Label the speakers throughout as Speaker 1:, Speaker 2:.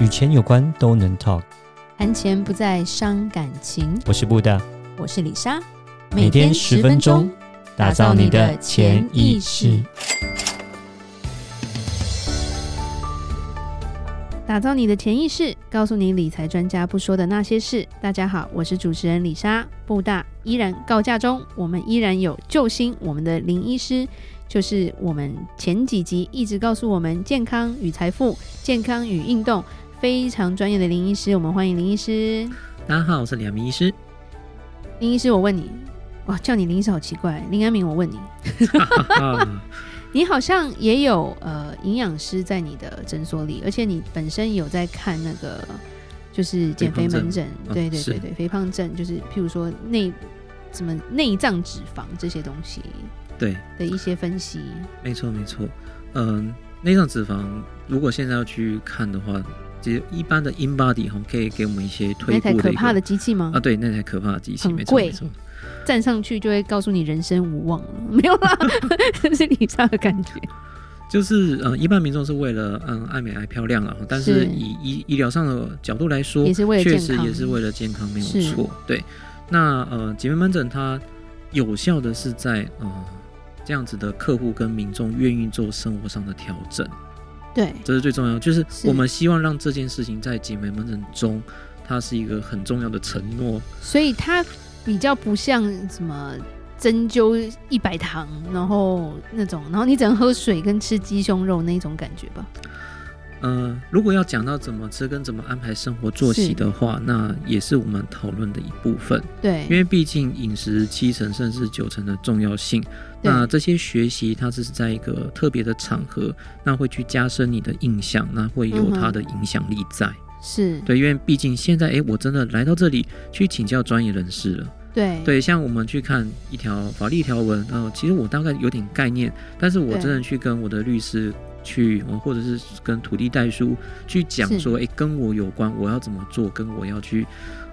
Speaker 1: 与钱有关都能 talk。
Speaker 2: 谈钱不再伤感情。
Speaker 1: 我是布大，
Speaker 2: 我是李莎，
Speaker 1: 每天十分钟，打造你的潜意识，。
Speaker 2: 打造你的潜意识，告诉你理财专家不说的那些事。大家好，我是主持人李莎，布大依然告假中，我们依然有救星，我们的林医师，就是我们前几集一直告诉我们健康与财富、健康与运动非常专业的林医师，我们欢迎林医师。
Speaker 3: 大家好，我是李阳明医 师。
Speaker 2: 林医师，我问你，哇，叫你林医师好奇怪。林安明，我问你，
Speaker 3: 啊，
Speaker 2: 你好像也有呃营养师在你的诊所里，而且你本身有在看那个就是减肥门诊，
Speaker 3: 肥
Speaker 2: 对
Speaker 3: 胖症嗯
Speaker 2: 对
Speaker 3: 是
Speaker 2: 对对，肥胖症就是譬如说内什么内脏脂肪这些东西
Speaker 3: 对，
Speaker 2: 的一些分析。
Speaker 3: 没错没错。嗯，内脏脂肪如果现在要去看的话，其实一般的 InBody 哈可以给我们一些
Speaker 2: 那
Speaker 3: 退
Speaker 2: 台
Speaker 3: 步的
Speaker 2: 可
Speaker 3: 一个
Speaker 2: 怕的机器吗
Speaker 3: 啊，？对，那台可怕的机器，
Speaker 2: 很
Speaker 3: 没错
Speaker 2: 贵
Speaker 3: 没错。
Speaker 2: 站上去就会告诉你人生无望了， 没有啦，这是李莎的感觉。
Speaker 3: 就是嗯，一般民众是为了嗯爱美爱漂亮了，但
Speaker 2: 是
Speaker 3: 是以医医疗上的角度来说
Speaker 2: 也，是为了
Speaker 3: 确
Speaker 2: 健
Speaker 3: 实
Speaker 2: 康，
Speaker 3: 也是为了健康，没有
Speaker 2: 是
Speaker 3: 错。对，那呃，姐妹门诊它有效的是在呃这样子的客户跟民众愿意做生活上的调整。
Speaker 2: 对，
Speaker 3: 这是最重要的，就是
Speaker 2: 是
Speaker 3: 我们希望让这件事情在姐妹门诊中，它是一个很重要的承诺。
Speaker 2: 所以它比较不像什么针灸一百堂，然后那种，然后你只能喝水跟吃鸡胸肉那种感觉吧。
Speaker 3: 呃，如果要讲到怎么吃跟怎么安排生活作息的话，那也是我们讨论的一部分，因
Speaker 2: 对，
Speaker 3: 为毕竟饮食七成甚至九成的重要性。
Speaker 2: 对
Speaker 3: 那这些学习它是在一个特别的场合，那会去加深你的印象，那会有
Speaker 2: 嗯
Speaker 3: 它的影响力在。
Speaker 2: 是，
Speaker 3: 对，因为毕竟现在诶，我真的来到这里去请教专业人士了。
Speaker 2: 对，
Speaker 3: 对，像我们去看一条法律条文，呃，其实我大概有点概念，但是我
Speaker 2: 对
Speaker 3: 真的去跟我的律师去，呃或者是跟土地代书去讲
Speaker 2: 是
Speaker 3: 说，诶，跟我有关，我要怎么做，跟我要去，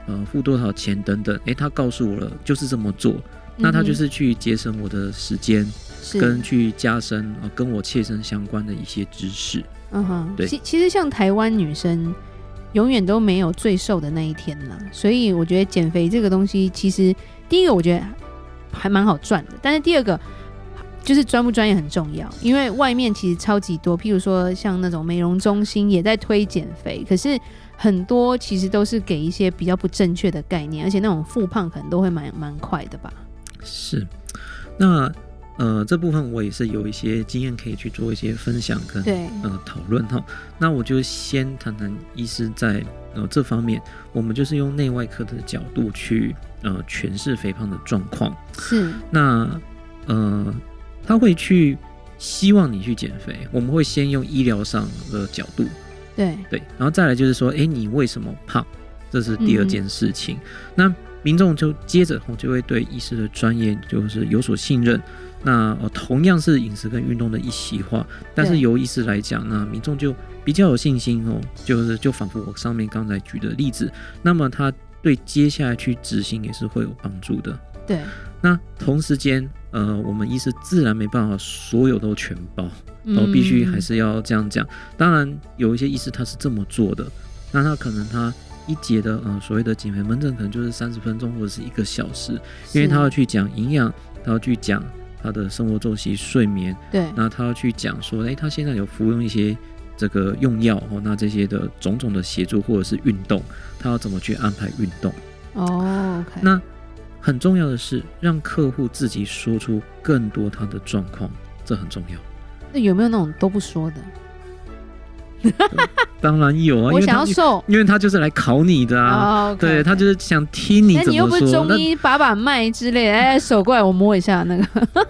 Speaker 3: 呃，付多少钱等等，诶，他告诉我了，就是这么做，那
Speaker 2: 嗯
Speaker 3: 他
Speaker 2: 哼
Speaker 3: 就是去节省我的时间，
Speaker 2: 是
Speaker 3: 跟去加深呃跟我切身相关的一些知识。
Speaker 2: 嗯哼，
Speaker 3: 对
Speaker 2: 其其实像台湾女生。永远都没有最瘦的那一天啦，所以我觉得减肥这个东西，其实第一个我觉得还蛮好赚的，但是第二个就是专不专业很重要，因为外面其实超级多，譬如说像那种美容中心也在推减肥，可是很多其实都是给一些比较不正确的概念，而且那种复胖可能都会蛮蛮快的吧。
Speaker 3: 是，那呃这部分我也是有一些经验可以去做一些分享跟
Speaker 2: 对，
Speaker 3: 呃讨论哈。那我就先谈谈医师在呃这方面，我们就是用内外科的角度去呃诠释肥胖的状况。
Speaker 2: 是
Speaker 3: 那呃，他会去希望你去减肥，我们会先用医疗上的角度，
Speaker 2: 对，
Speaker 3: 对，然后再来就是说，诶，你为什么胖？这是第二件事情。那民众就接着后就会对医师的专业就是有所信任。那呃，同样是饮食跟运动的一席话，但是
Speaker 2: 对
Speaker 3: 由医师来讲，那民众就比较有信心哦，就是就仿佛我上面刚才举的例子，那么他对接下来去执行也是会有帮助的。
Speaker 2: 对，
Speaker 3: 那同时间，呃，我们医师自然没办法所有都全包，
Speaker 2: 嗯
Speaker 3: 我必须还是要这样讲。当然，有一些医师他是这么做的，那他可能他一节的呃所谓的减肥门诊可能就是三十分钟或者是一个小时，因为他
Speaker 2: 是
Speaker 3: 要去讲营养，他要去讲他的生活作息、睡眠，
Speaker 2: 对
Speaker 3: 那他要去讲说，诶、他现在有服用一些这个用药哦，那这些的种种的协助或者是运动，他要怎么去安排运动？
Speaker 2: 哦，OK，
Speaker 3: 那很重要的是让客户自己说出更多他的状况，这很重要。
Speaker 2: 那有没有那种都不说的？
Speaker 3: 当然有啊，因
Speaker 2: 我
Speaker 3: 为
Speaker 2: 想
Speaker 3: 他
Speaker 2: 要瘦
Speaker 3: 因为他就是来考你的啊，
Speaker 2: 哦，OK，
Speaker 3: 对他就是想听你
Speaker 2: 那
Speaker 3: 怎
Speaker 2: 你又
Speaker 3: 么
Speaker 2: 不
Speaker 3: 说。
Speaker 2: 是
Speaker 3: 那
Speaker 2: 中医把把脉之类的， 哎，手过来我摸一下那个，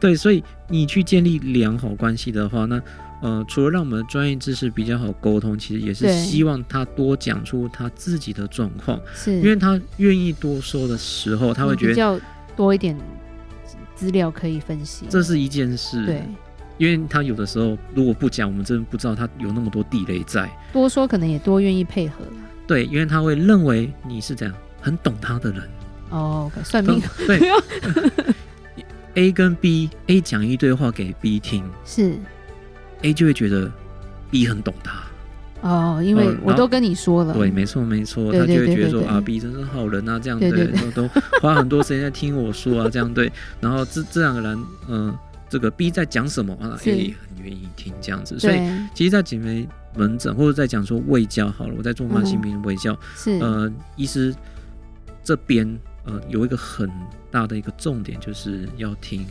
Speaker 3: 对，所以你去建立良好关系的话，那呃，除了让我们的专业知识比较好沟通，其实也是
Speaker 2: 对
Speaker 3: 希望他多讲出他自己的状况，
Speaker 2: 是
Speaker 3: 因为他愿意多说的时候，他会觉
Speaker 2: 嗯比
Speaker 3: 得
Speaker 2: 较多一点资料可以分析，
Speaker 3: 这是一件事。
Speaker 2: 对，
Speaker 3: 因为他有的时候如果不讲，我们真的不知道他有那么多地雷在。
Speaker 2: 多说可能也多愿意配合啦。
Speaker 3: 对，因为他会认为你是这样很懂他的人。
Speaker 2: 哦，OK，算命
Speaker 3: 对 ，A 跟 B，A 讲一堆话给 B 听
Speaker 2: 是
Speaker 3: ，A 就会觉得 B 很懂他。
Speaker 2: 哦，因为
Speaker 3: 嗯
Speaker 2: 我都跟你说了，
Speaker 3: 对，没错没错，
Speaker 2: 对
Speaker 3: 他就
Speaker 2: 对
Speaker 3: 会
Speaker 2: 对
Speaker 3: 觉得
Speaker 2: 对
Speaker 3: 说
Speaker 2: 对
Speaker 3: 啊，B 真是好人啊，这样
Speaker 2: 对对
Speaker 3: 都 都花很多时间在听我说啊，这样对。然后这这两个人，嗯、这个 B 在讲什么啊
Speaker 2: 是
Speaker 3: ，A 也很愿意听这样子。所以
Speaker 2: 对，
Speaker 3: 其实，在姐妹门诊或者在讲说胃教好了，我在
Speaker 2: 嗯
Speaker 3: 做慢性病胃教，
Speaker 2: 是，
Speaker 3: 呃，医师这边呃有一个很大的一个重点，就是要听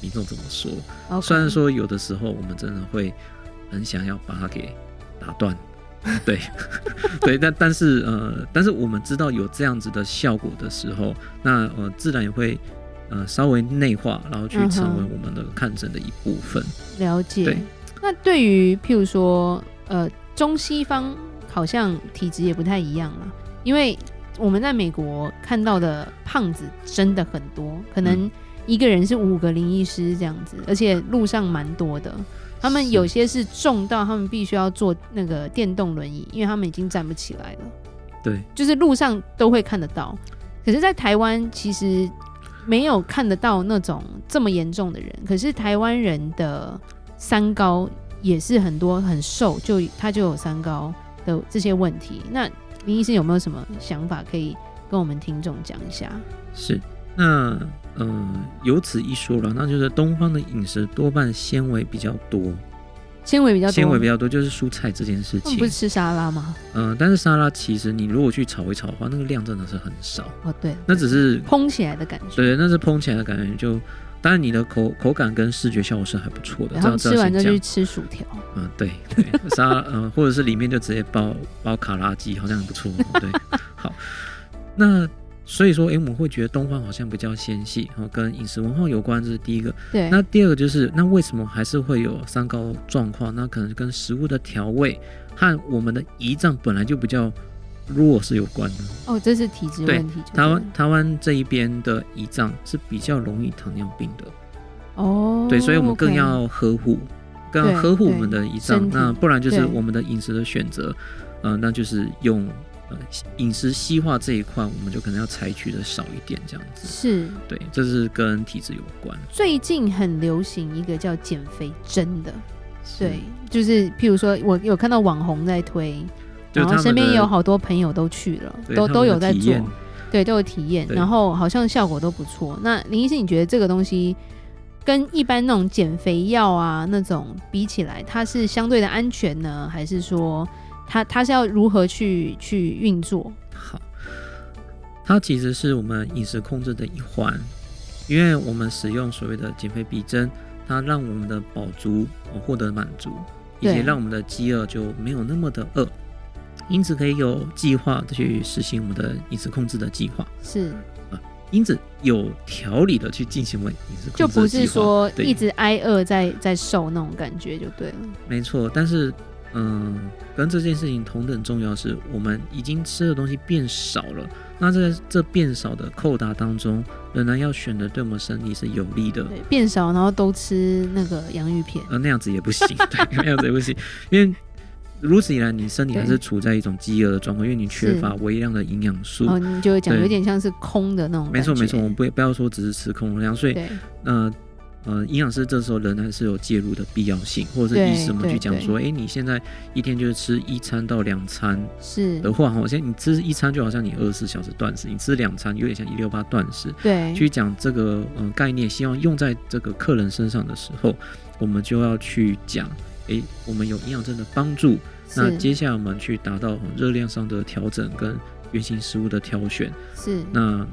Speaker 3: 民众怎么说。
Speaker 2: OK
Speaker 3: 虽然说有的时候我们真的会很想要把它给打断， 对，对，但但是呃，但是我们知道有这样子的效果的时候，那呃，自然也会呃稍微内化，然后去
Speaker 2: 嗯哼
Speaker 3: 成为我们的看诊的一部分。
Speaker 2: 了解。
Speaker 3: 对
Speaker 2: 那对于譬如说，呃，中西方好像体质也不太一样嘛，因为我们在美国看到的胖子真的很多，可能
Speaker 3: 嗯
Speaker 2: 一个人是五个林医师这样子，而且路上蛮多的。他们
Speaker 3: 是
Speaker 2: 有些是重到他们必须要坐那个电动轮椅，因为他们已经站不起来了。
Speaker 3: 对，
Speaker 2: 就是路上都会看得到。可是，在台湾其实没有看得到那种这么严重的人。可是台湾人的三高也是很多很瘦，就他就有三高的这些问题。那林医师有没有什么想法可以跟我们听众讲一下？
Speaker 3: 是，那呃，由此一说了，那就是东方的饮食多半纤维比较多，
Speaker 2: 纤维比较多，
Speaker 3: 纤维比较多就是蔬菜这件事
Speaker 2: 他们
Speaker 3: 情
Speaker 2: 不。是吃沙拉吗？
Speaker 3: 嗯、但是沙拉其实你如果去炒一炒的话，那个量真的是很少，
Speaker 2: 哦，对，
Speaker 3: 那只是
Speaker 2: 蓬起来的感觉。
Speaker 3: 对，那是烹起来的感觉就。当然，你的口口感跟视觉效果是还不错的。
Speaker 2: 然后吃
Speaker 3: 这样
Speaker 2: 完之后就
Speaker 3: 这
Speaker 2: 去
Speaker 3: 样
Speaker 2: 吃薯条，
Speaker 3: 嗯，对对，沙 拉呃，或者是里面就直接包包卡拉鸡，好像很不错。对，好，那所以说，诶，我们会觉得东方好像比较纤细，哦，跟饮食文化有关，这是第一个。
Speaker 2: 对，
Speaker 3: 那第二个就是，那为什么还是会有三高状况？那可能跟食物的调味和我们的胰脏本来就比较弱是有关的。
Speaker 2: 哦，这是体质
Speaker 3: 对
Speaker 2: 问题就对
Speaker 3: 台
Speaker 2: 了。
Speaker 3: 湾台湾这一边的胰脏是比较容易糖尿病的，
Speaker 2: 哦，
Speaker 3: 对，所以我们更
Speaker 2: OK
Speaker 3: 要呵护，更
Speaker 2: 对
Speaker 3: 要呵护我
Speaker 2: 对
Speaker 3: 们的胰
Speaker 2: 身体
Speaker 3: 脏。那不然就是
Speaker 2: 对
Speaker 3: 我们的饮食的选择，呃，那就是用呃饮食西化这一块，我们就可能要采取的少一点，这样子。
Speaker 2: 是
Speaker 3: 对，这是跟体质有关。
Speaker 2: 最近很流行一个叫减肥针的，
Speaker 3: 是
Speaker 2: 对，，就是譬如说我有看到网红在推，
Speaker 3: 就
Speaker 2: 然
Speaker 3: 他
Speaker 2: 后
Speaker 3: 们
Speaker 2: 身边
Speaker 3: 的
Speaker 2: 也有好多朋友都去了，
Speaker 3: 对
Speaker 2: 都
Speaker 3: 他们
Speaker 2: 都
Speaker 3: 的
Speaker 2: 有在
Speaker 3: 体
Speaker 2: 做
Speaker 3: 验，
Speaker 2: 对，都有体验，
Speaker 3: 对
Speaker 2: 然后好像效果都不错。那林医师，你觉得这个东西跟一般那种减肥药啊那种比起来，它是相对的安全呢，还是说它它是要如何去去运作？
Speaker 3: 好，它其实是我们饮食控制的一环，因为我们使用所谓的减肥逼针，它让我们的饱足呃获得满足，以及
Speaker 2: 对
Speaker 3: 让我们的饥饿就没有那么的饿，因此可以有计划地去实行我们的饮食控制的计划，
Speaker 2: 是，
Speaker 3: 因此有条理的去进行我们饮食控制
Speaker 2: 就
Speaker 3: 的计划。
Speaker 2: 不是说
Speaker 3: 对
Speaker 2: 一直挨饿在在瘦那种感觉就对了。
Speaker 3: 没错，但是嗯，跟这件事情同等重要是，我们已经吃的东西变少了。那在这变少的扣打当中，仍然要选择对我们身体是有利的。
Speaker 2: 对，变少，然后都吃那个洋芋片。
Speaker 3: 呃，那样子也不行，对， 那样子也不行，因为如此一来，你身体还
Speaker 2: 对
Speaker 3: 是处在一种饥饿的状况，因为你缺
Speaker 2: 是
Speaker 3: 乏微量的营养素
Speaker 2: 然。后你就会讲
Speaker 3: 对
Speaker 2: 有点像是空的那种
Speaker 3: 没错，
Speaker 2: 感觉
Speaker 3: 没错，我们不不要说只是吃空粮，所以
Speaker 2: 对，
Speaker 3: 那呃，营养师这时候仍然是有介入的必要性，或者是
Speaker 2: 对
Speaker 3: 医师们
Speaker 2: 对
Speaker 3: 去讲说，诶，你现在一天就是吃一餐到两餐
Speaker 2: 是
Speaker 3: 的，话，好像你吃一餐就好像你二十四小时断食，你吃两餐有点像一六八断食。
Speaker 2: 对，
Speaker 3: 去讲这个呃概念，希望用在这个客人身上的时候，我们就要去讲，诶，我们有营养针的帮助，那
Speaker 2: 是
Speaker 3: 接下来我们去达到呃热量上的调整跟原型食物的挑选，
Speaker 2: 是，
Speaker 3: 那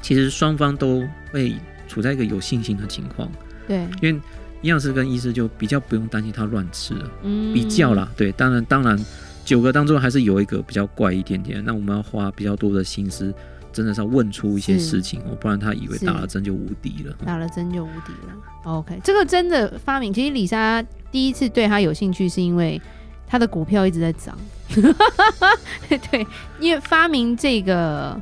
Speaker 3: 其实双方都会处在一个有信心的情况，
Speaker 2: 对，
Speaker 3: 因为营养师跟医师就比较不用担心他乱吃了，
Speaker 2: 嗯，
Speaker 3: 比较啦，对，当然当然九个当中还是有一个比较怪一点点，那我们要花比较多的心思，真的是要问出一些
Speaker 2: 是啊
Speaker 3: 事情哦，不然他以为
Speaker 2: 是
Speaker 3: 打了针就无敌了。
Speaker 2: 打了针就无敌了。OK，这个真的发明，其实李莎第一次对他有兴趣是因为他的股票一直在涨， 对，因为发明这个。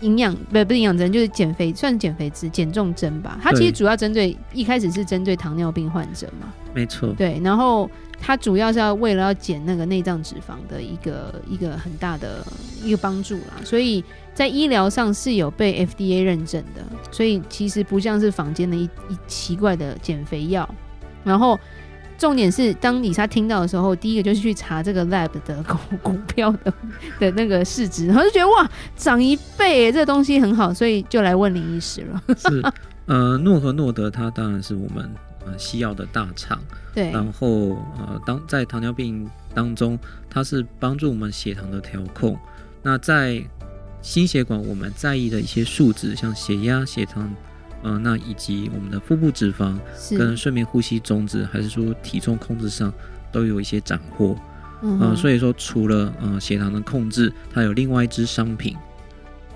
Speaker 2: 营养不不是营养针，就是减肥，算是减肥针、减重针吧。它其实
Speaker 3: 对
Speaker 2: 主要针对一开始是针对糖尿病患者嘛，
Speaker 3: 没 错，
Speaker 2: 对，然后它主要是要为了要减那个内脏脂肪的一个一个很大的一个帮助啦，所以在医疗上是有被 FDA 认证的，所以其实不像是坊间的一一奇怪的减肥药，然后。重点是，当李莎听到的时候，第一个就是去查这个 lab 的股股票的的那个市值，然后就觉得哇，涨一倍耶，这个东西很好，所以就来问林医师了。
Speaker 3: 是，呃，诺和诺德它当然是我们呃西药的大厂，
Speaker 2: 对，
Speaker 3: 然后呃当在糖尿病当中，它是帮助我们血糖的调控。那在心血管我们在意的一些数值，像血压、血糖，嗯、呃，那以及我们的腹部脂肪跟
Speaker 2: 是，
Speaker 3: 睡眠呼吸终止，还是说体重控制上都有一些斩获。
Speaker 2: 嗯
Speaker 3: 嗯、
Speaker 2: 哼
Speaker 3: 所以说除了呃血糖的控制，它有另外一支商品，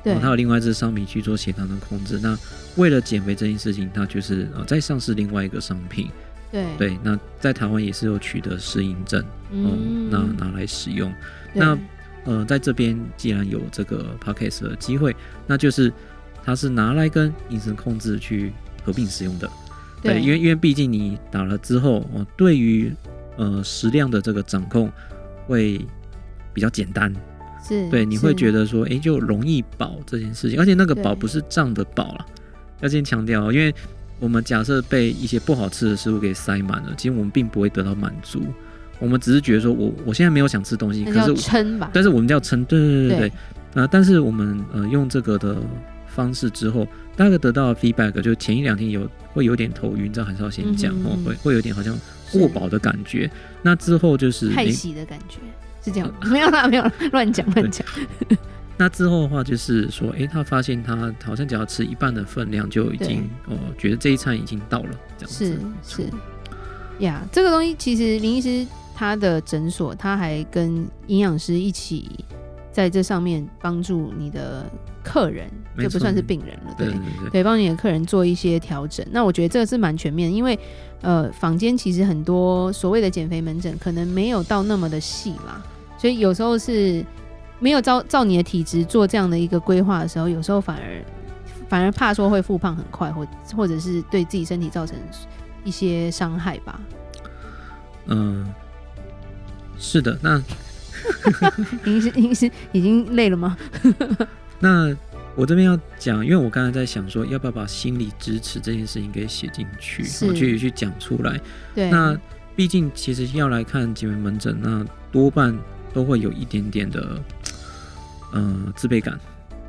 Speaker 2: 对
Speaker 3: 哦，它有另外一支商品去做血糖的控制。那为了减肥这件事情，它就是呃再上市另外一个商品。
Speaker 2: 对，嗯
Speaker 3: 对，那在台湾也是有取得适应症，哦、那拿来使用。
Speaker 2: 对
Speaker 3: 那呃，在这边既然有这个 podcast 的机会，那就是它是拿来跟饮食控制去合并使用的。对，因为因为毕竟你打了之后，哦、对于呃食量的这个掌控会比较简单。
Speaker 2: 嗯是
Speaker 3: 对，你会觉
Speaker 2: 得
Speaker 3: 得说，诶，就容易饱这件事情，而且那个饱
Speaker 2: 对
Speaker 3: 不是胀的饱啦，要先强调哦，因为我们假设被一些不好吃的食物给塞满了，其实我们并不会得到满足，我们只是觉得说我我现在没有想吃东西，
Speaker 2: 那
Speaker 3: 可
Speaker 2: 叫
Speaker 3: 是
Speaker 2: 撑吧，
Speaker 3: 但是我们叫撑，对对对对
Speaker 2: 对
Speaker 3: 对，呃，但是我们呃用这个的方式之后，大概得到的 feedback 就前一两天有会有点头晕，这还是要先讲、
Speaker 2: 嗯哼
Speaker 3: 哦
Speaker 2: 嗯，
Speaker 3: 会会有点好像过饱的感觉，那之后就是
Speaker 2: 太
Speaker 3: 诶
Speaker 2: 喜的感觉是这样
Speaker 3: 呃
Speaker 2: 吗，没有啦，没有啦，乱 讲乱讲，
Speaker 3: 那之后的话，就是说，诶，他发现他好像只要吃一半的分量就已经，哦，觉得这一餐已经到了，这样子
Speaker 2: 是。是呀，这个东西其实林医师他的诊所，他还跟营养师一起在这上面帮助你的客人，
Speaker 3: 没
Speaker 2: 这
Speaker 3: 错
Speaker 2: 不算是病人了，
Speaker 3: 对
Speaker 2: 对
Speaker 3: 对对对，
Speaker 2: 对，帮你的客人做一些调整。那我觉得这个是蛮全面，因为呃，坊间其实很多所谓的减肥门诊可能没有到那么的细啦，所以有时候是没有照照你的体质做这样的一个规划的时候，有时候反而反而怕说会复胖很快，或或者是对自己身体造成一些伤害 吧。
Speaker 3: 嗯、是的。那
Speaker 2: 您是您是已经累了吗？
Speaker 3: 那我这边要讲，因为我刚才在想说，要不要把心理支持这件事情给写进去，
Speaker 2: 是
Speaker 3: 我去去讲出来。
Speaker 2: 对，
Speaker 3: 那毕竟其实要来看疾病门诊，那多半都会有一点点的，呃，自卑感。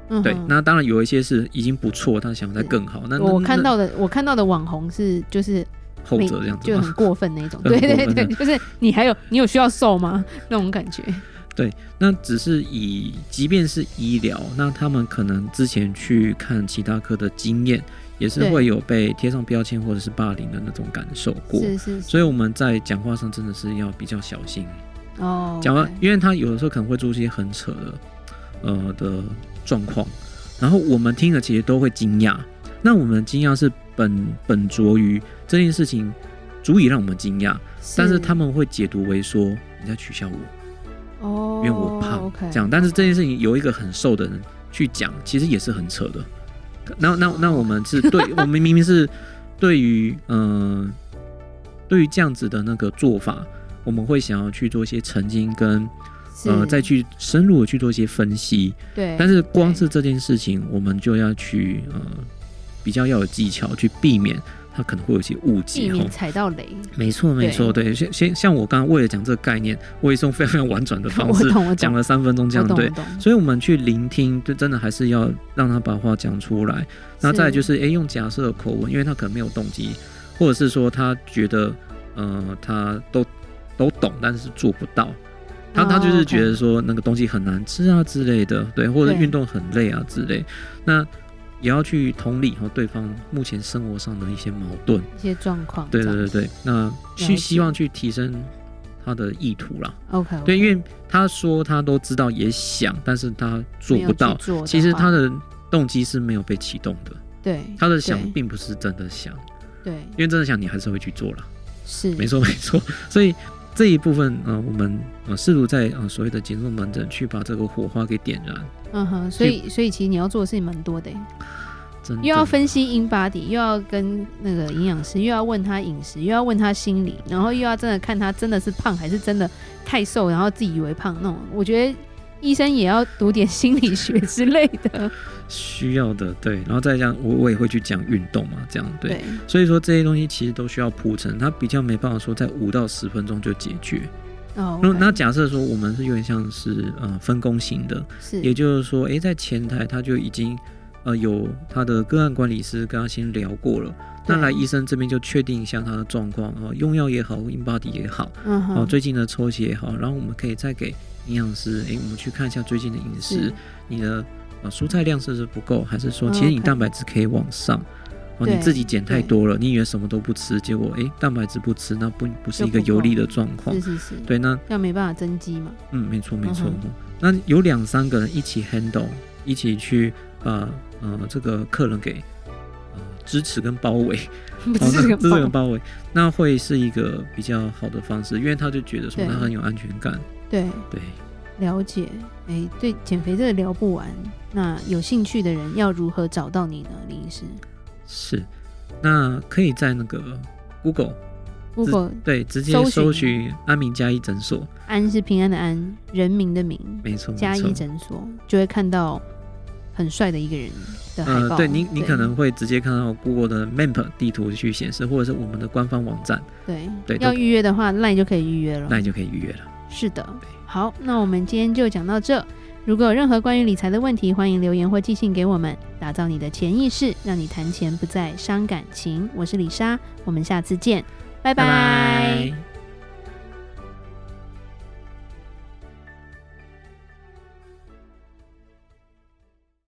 Speaker 2: 嗯哼
Speaker 3: 对，那当然有一些是已经不错，他想再更好。那那
Speaker 2: 我看
Speaker 3: 那
Speaker 2: 到的我看到的网红是就是
Speaker 3: 后
Speaker 2: 没
Speaker 3: 者这样子
Speaker 2: 就
Speaker 3: 吗。
Speaker 2: 很过分那一种对
Speaker 3: 很过
Speaker 2: 对
Speaker 3: 分
Speaker 2: 对，
Speaker 3: 的
Speaker 2: 就是你还有你有需要瘦吗？那种感觉。
Speaker 3: 那只是以，即便是医疗，那他们可能之前去看其他科的经验，也是
Speaker 2: 对
Speaker 3: 会有被贴上标签或者是霸凌的那种感受过。
Speaker 2: 是是是。
Speaker 3: 所以我们在讲话上真的是要比较小心，
Speaker 2: 哦，
Speaker 3: 讲话
Speaker 2: OK，
Speaker 3: 因为他有的时候可能会做出一些很扯的，呃的状况，然后我们听了其实都会惊讶。那我们惊讶是本本着于这件事情足以让我们惊讶，但是他们会解读为说你在取笑我。
Speaker 2: 哦，
Speaker 3: 因为我胖、
Speaker 2: OK，
Speaker 3: 这样。但是这件事情由一个很瘦的人去讲，其实也是很扯的。那那那我们是对，我们明明是对于嗯、呃对于这样子的那个做法，我们会想要去做一些澄清跟呃
Speaker 2: 是
Speaker 3: 再去深入的去做一些分析。
Speaker 2: 嗯对，
Speaker 3: 但
Speaker 2: 是
Speaker 3: 是光是这件事情，我们就要去呃比较要有技巧去避免它可能会有一些误
Speaker 2: 避
Speaker 3: 解哦
Speaker 2: 免。踩到雷。
Speaker 3: 没错，没错，对，像像像我刚刚为了讲这个概念，我也是用非常非常婉转的方
Speaker 2: 我
Speaker 3: 式
Speaker 2: 懂，我
Speaker 3: 讲
Speaker 2: 懂，
Speaker 3: 了三分钟这
Speaker 2: 我
Speaker 3: 样，
Speaker 2: 懂，我
Speaker 3: 对，
Speaker 2: 懂。
Speaker 3: 所以我们去聆听，就真的还是要让他把话讲出来。那再来就是是，诶，用假设的口吻，因为他可能没有动机，或者是说他觉得，呃，他都都懂，但是做不到。他他就
Speaker 2: 哦
Speaker 3: 是
Speaker 2: ，OK
Speaker 3: 觉得说那个东西很难吃啊之类的，对，或者
Speaker 2: 对
Speaker 3: 运动很累啊之类。那也要去同理哦和对方目前生活上的一些矛盾。
Speaker 2: 一些状况这
Speaker 3: 对
Speaker 2: 样。
Speaker 3: 对对对，那去
Speaker 2: 了解
Speaker 3: 希望去提升他的意图啦。
Speaker 2: ，OK，
Speaker 3: 对，因为他说他都知道也想，但是他做不到。
Speaker 2: 做的话，
Speaker 3: 其实他的动机是没有被启动的，
Speaker 2: 对
Speaker 3: 他的想
Speaker 2: 对
Speaker 3: 并不是真的想，
Speaker 2: 对
Speaker 3: 因为真的想你还是会去做啦。
Speaker 2: 是
Speaker 3: 没错没错，所以这一部分呃，我们呃试图在呃所谓的减重门诊去把这个火花给点燃，
Speaker 2: 嗯哼，所以所以其实你要做的事情蛮多的耶，欸
Speaker 3: 真的
Speaker 2: 又要分析 in body，又要跟那个营养师，又要问他饮食，又要问他心理，然后又要真的看他真的是胖还是真的太瘦，然后自己以为胖那种。我觉得医生也要读点心理学之类的。
Speaker 3: 需要的，对。然后再讲，我我也会去讲运动嘛，这样 对。
Speaker 2: 对，
Speaker 3: 所以说这些东西其实都需要铺陈，它比较没办法说在五到十分钟就解决。
Speaker 2: 哦，
Speaker 3: 那
Speaker 2: OK，
Speaker 3: 那假设说我们是有点像是呃分工型的，
Speaker 2: 是
Speaker 3: 也就是说，诶，在前台他就已经呃有他的个案管理师跟他先聊过了，那
Speaker 2: 对
Speaker 3: 来医生这边就确定一下他的状况啊，呃用药也好，InBody 也好，
Speaker 2: 嗯
Speaker 3: 哦、
Speaker 2: 哼，
Speaker 3: 最近的抽血也好，然后我们可以再给营养师，诶，我们去看一下最近的饮食
Speaker 2: 是，
Speaker 3: 你的呃蔬菜量是不是不够，还是说
Speaker 2: 嗯
Speaker 3: 其实你
Speaker 2: OK
Speaker 3: 蛋白质可以往上。哦，
Speaker 2: 对
Speaker 3: 你自己减太多了，你以为什么都不吃，结果诶，蛋白质不吃，那不不是一个
Speaker 2: 就不够
Speaker 3: 有利的状况
Speaker 2: 是。是是，
Speaker 3: 哦对，那
Speaker 2: 要没办法增肌嘛，
Speaker 3: 嗯，没错没错。
Speaker 2: 嗯
Speaker 3: 那有两三个人一起 handle，一起去呃呃这个客人给呃支持跟包围，
Speaker 2: 不
Speaker 3: 哦那
Speaker 2: 是这
Speaker 3: 支持
Speaker 2: 个
Speaker 3: 跟
Speaker 2: 包，
Speaker 3: 包围，那会是一个比较好的方式，因为他就觉得说
Speaker 2: 对
Speaker 3: 他很有安全感。
Speaker 2: 对，
Speaker 3: 对，
Speaker 2: 了解。哎，对，减肥这个聊不完。那有兴趣的人要如何找到你呢，林医师
Speaker 3: 是。那可以在那个 Google
Speaker 2: ？Google
Speaker 3: 对直接
Speaker 2: 搜寻
Speaker 3: 搜寻安民加一诊所，
Speaker 2: 安是平安的安，人民的民，
Speaker 3: 没错嗯没
Speaker 2: 加一
Speaker 3: 错。
Speaker 2: 诊所就会看到很帅的一个人的海
Speaker 3: 呃，
Speaker 2: 报。
Speaker 3: 对你，你可能会直接看到 Google 的 Map 地图去显示，或者是我们的官方网站，
Speaker 2: 对
Speaker 3: 对
Speaker 2: 要
Speaker 3: 都
Speaker 2: 预约的话，那你就可以预约了。
Speaker 3: 那你就可以预约了。
Speaker 2: 是的
Speaker 3: 对，
Speaker 2: 好，那我们今天就讲到这。如果有任何关于理财的问题，欢迎留言或寄信给我们。打造你的潜意识，让你谈钱不再伤感情。我是李莎，我们下次见，拜拜
Speaker 3: 拜拜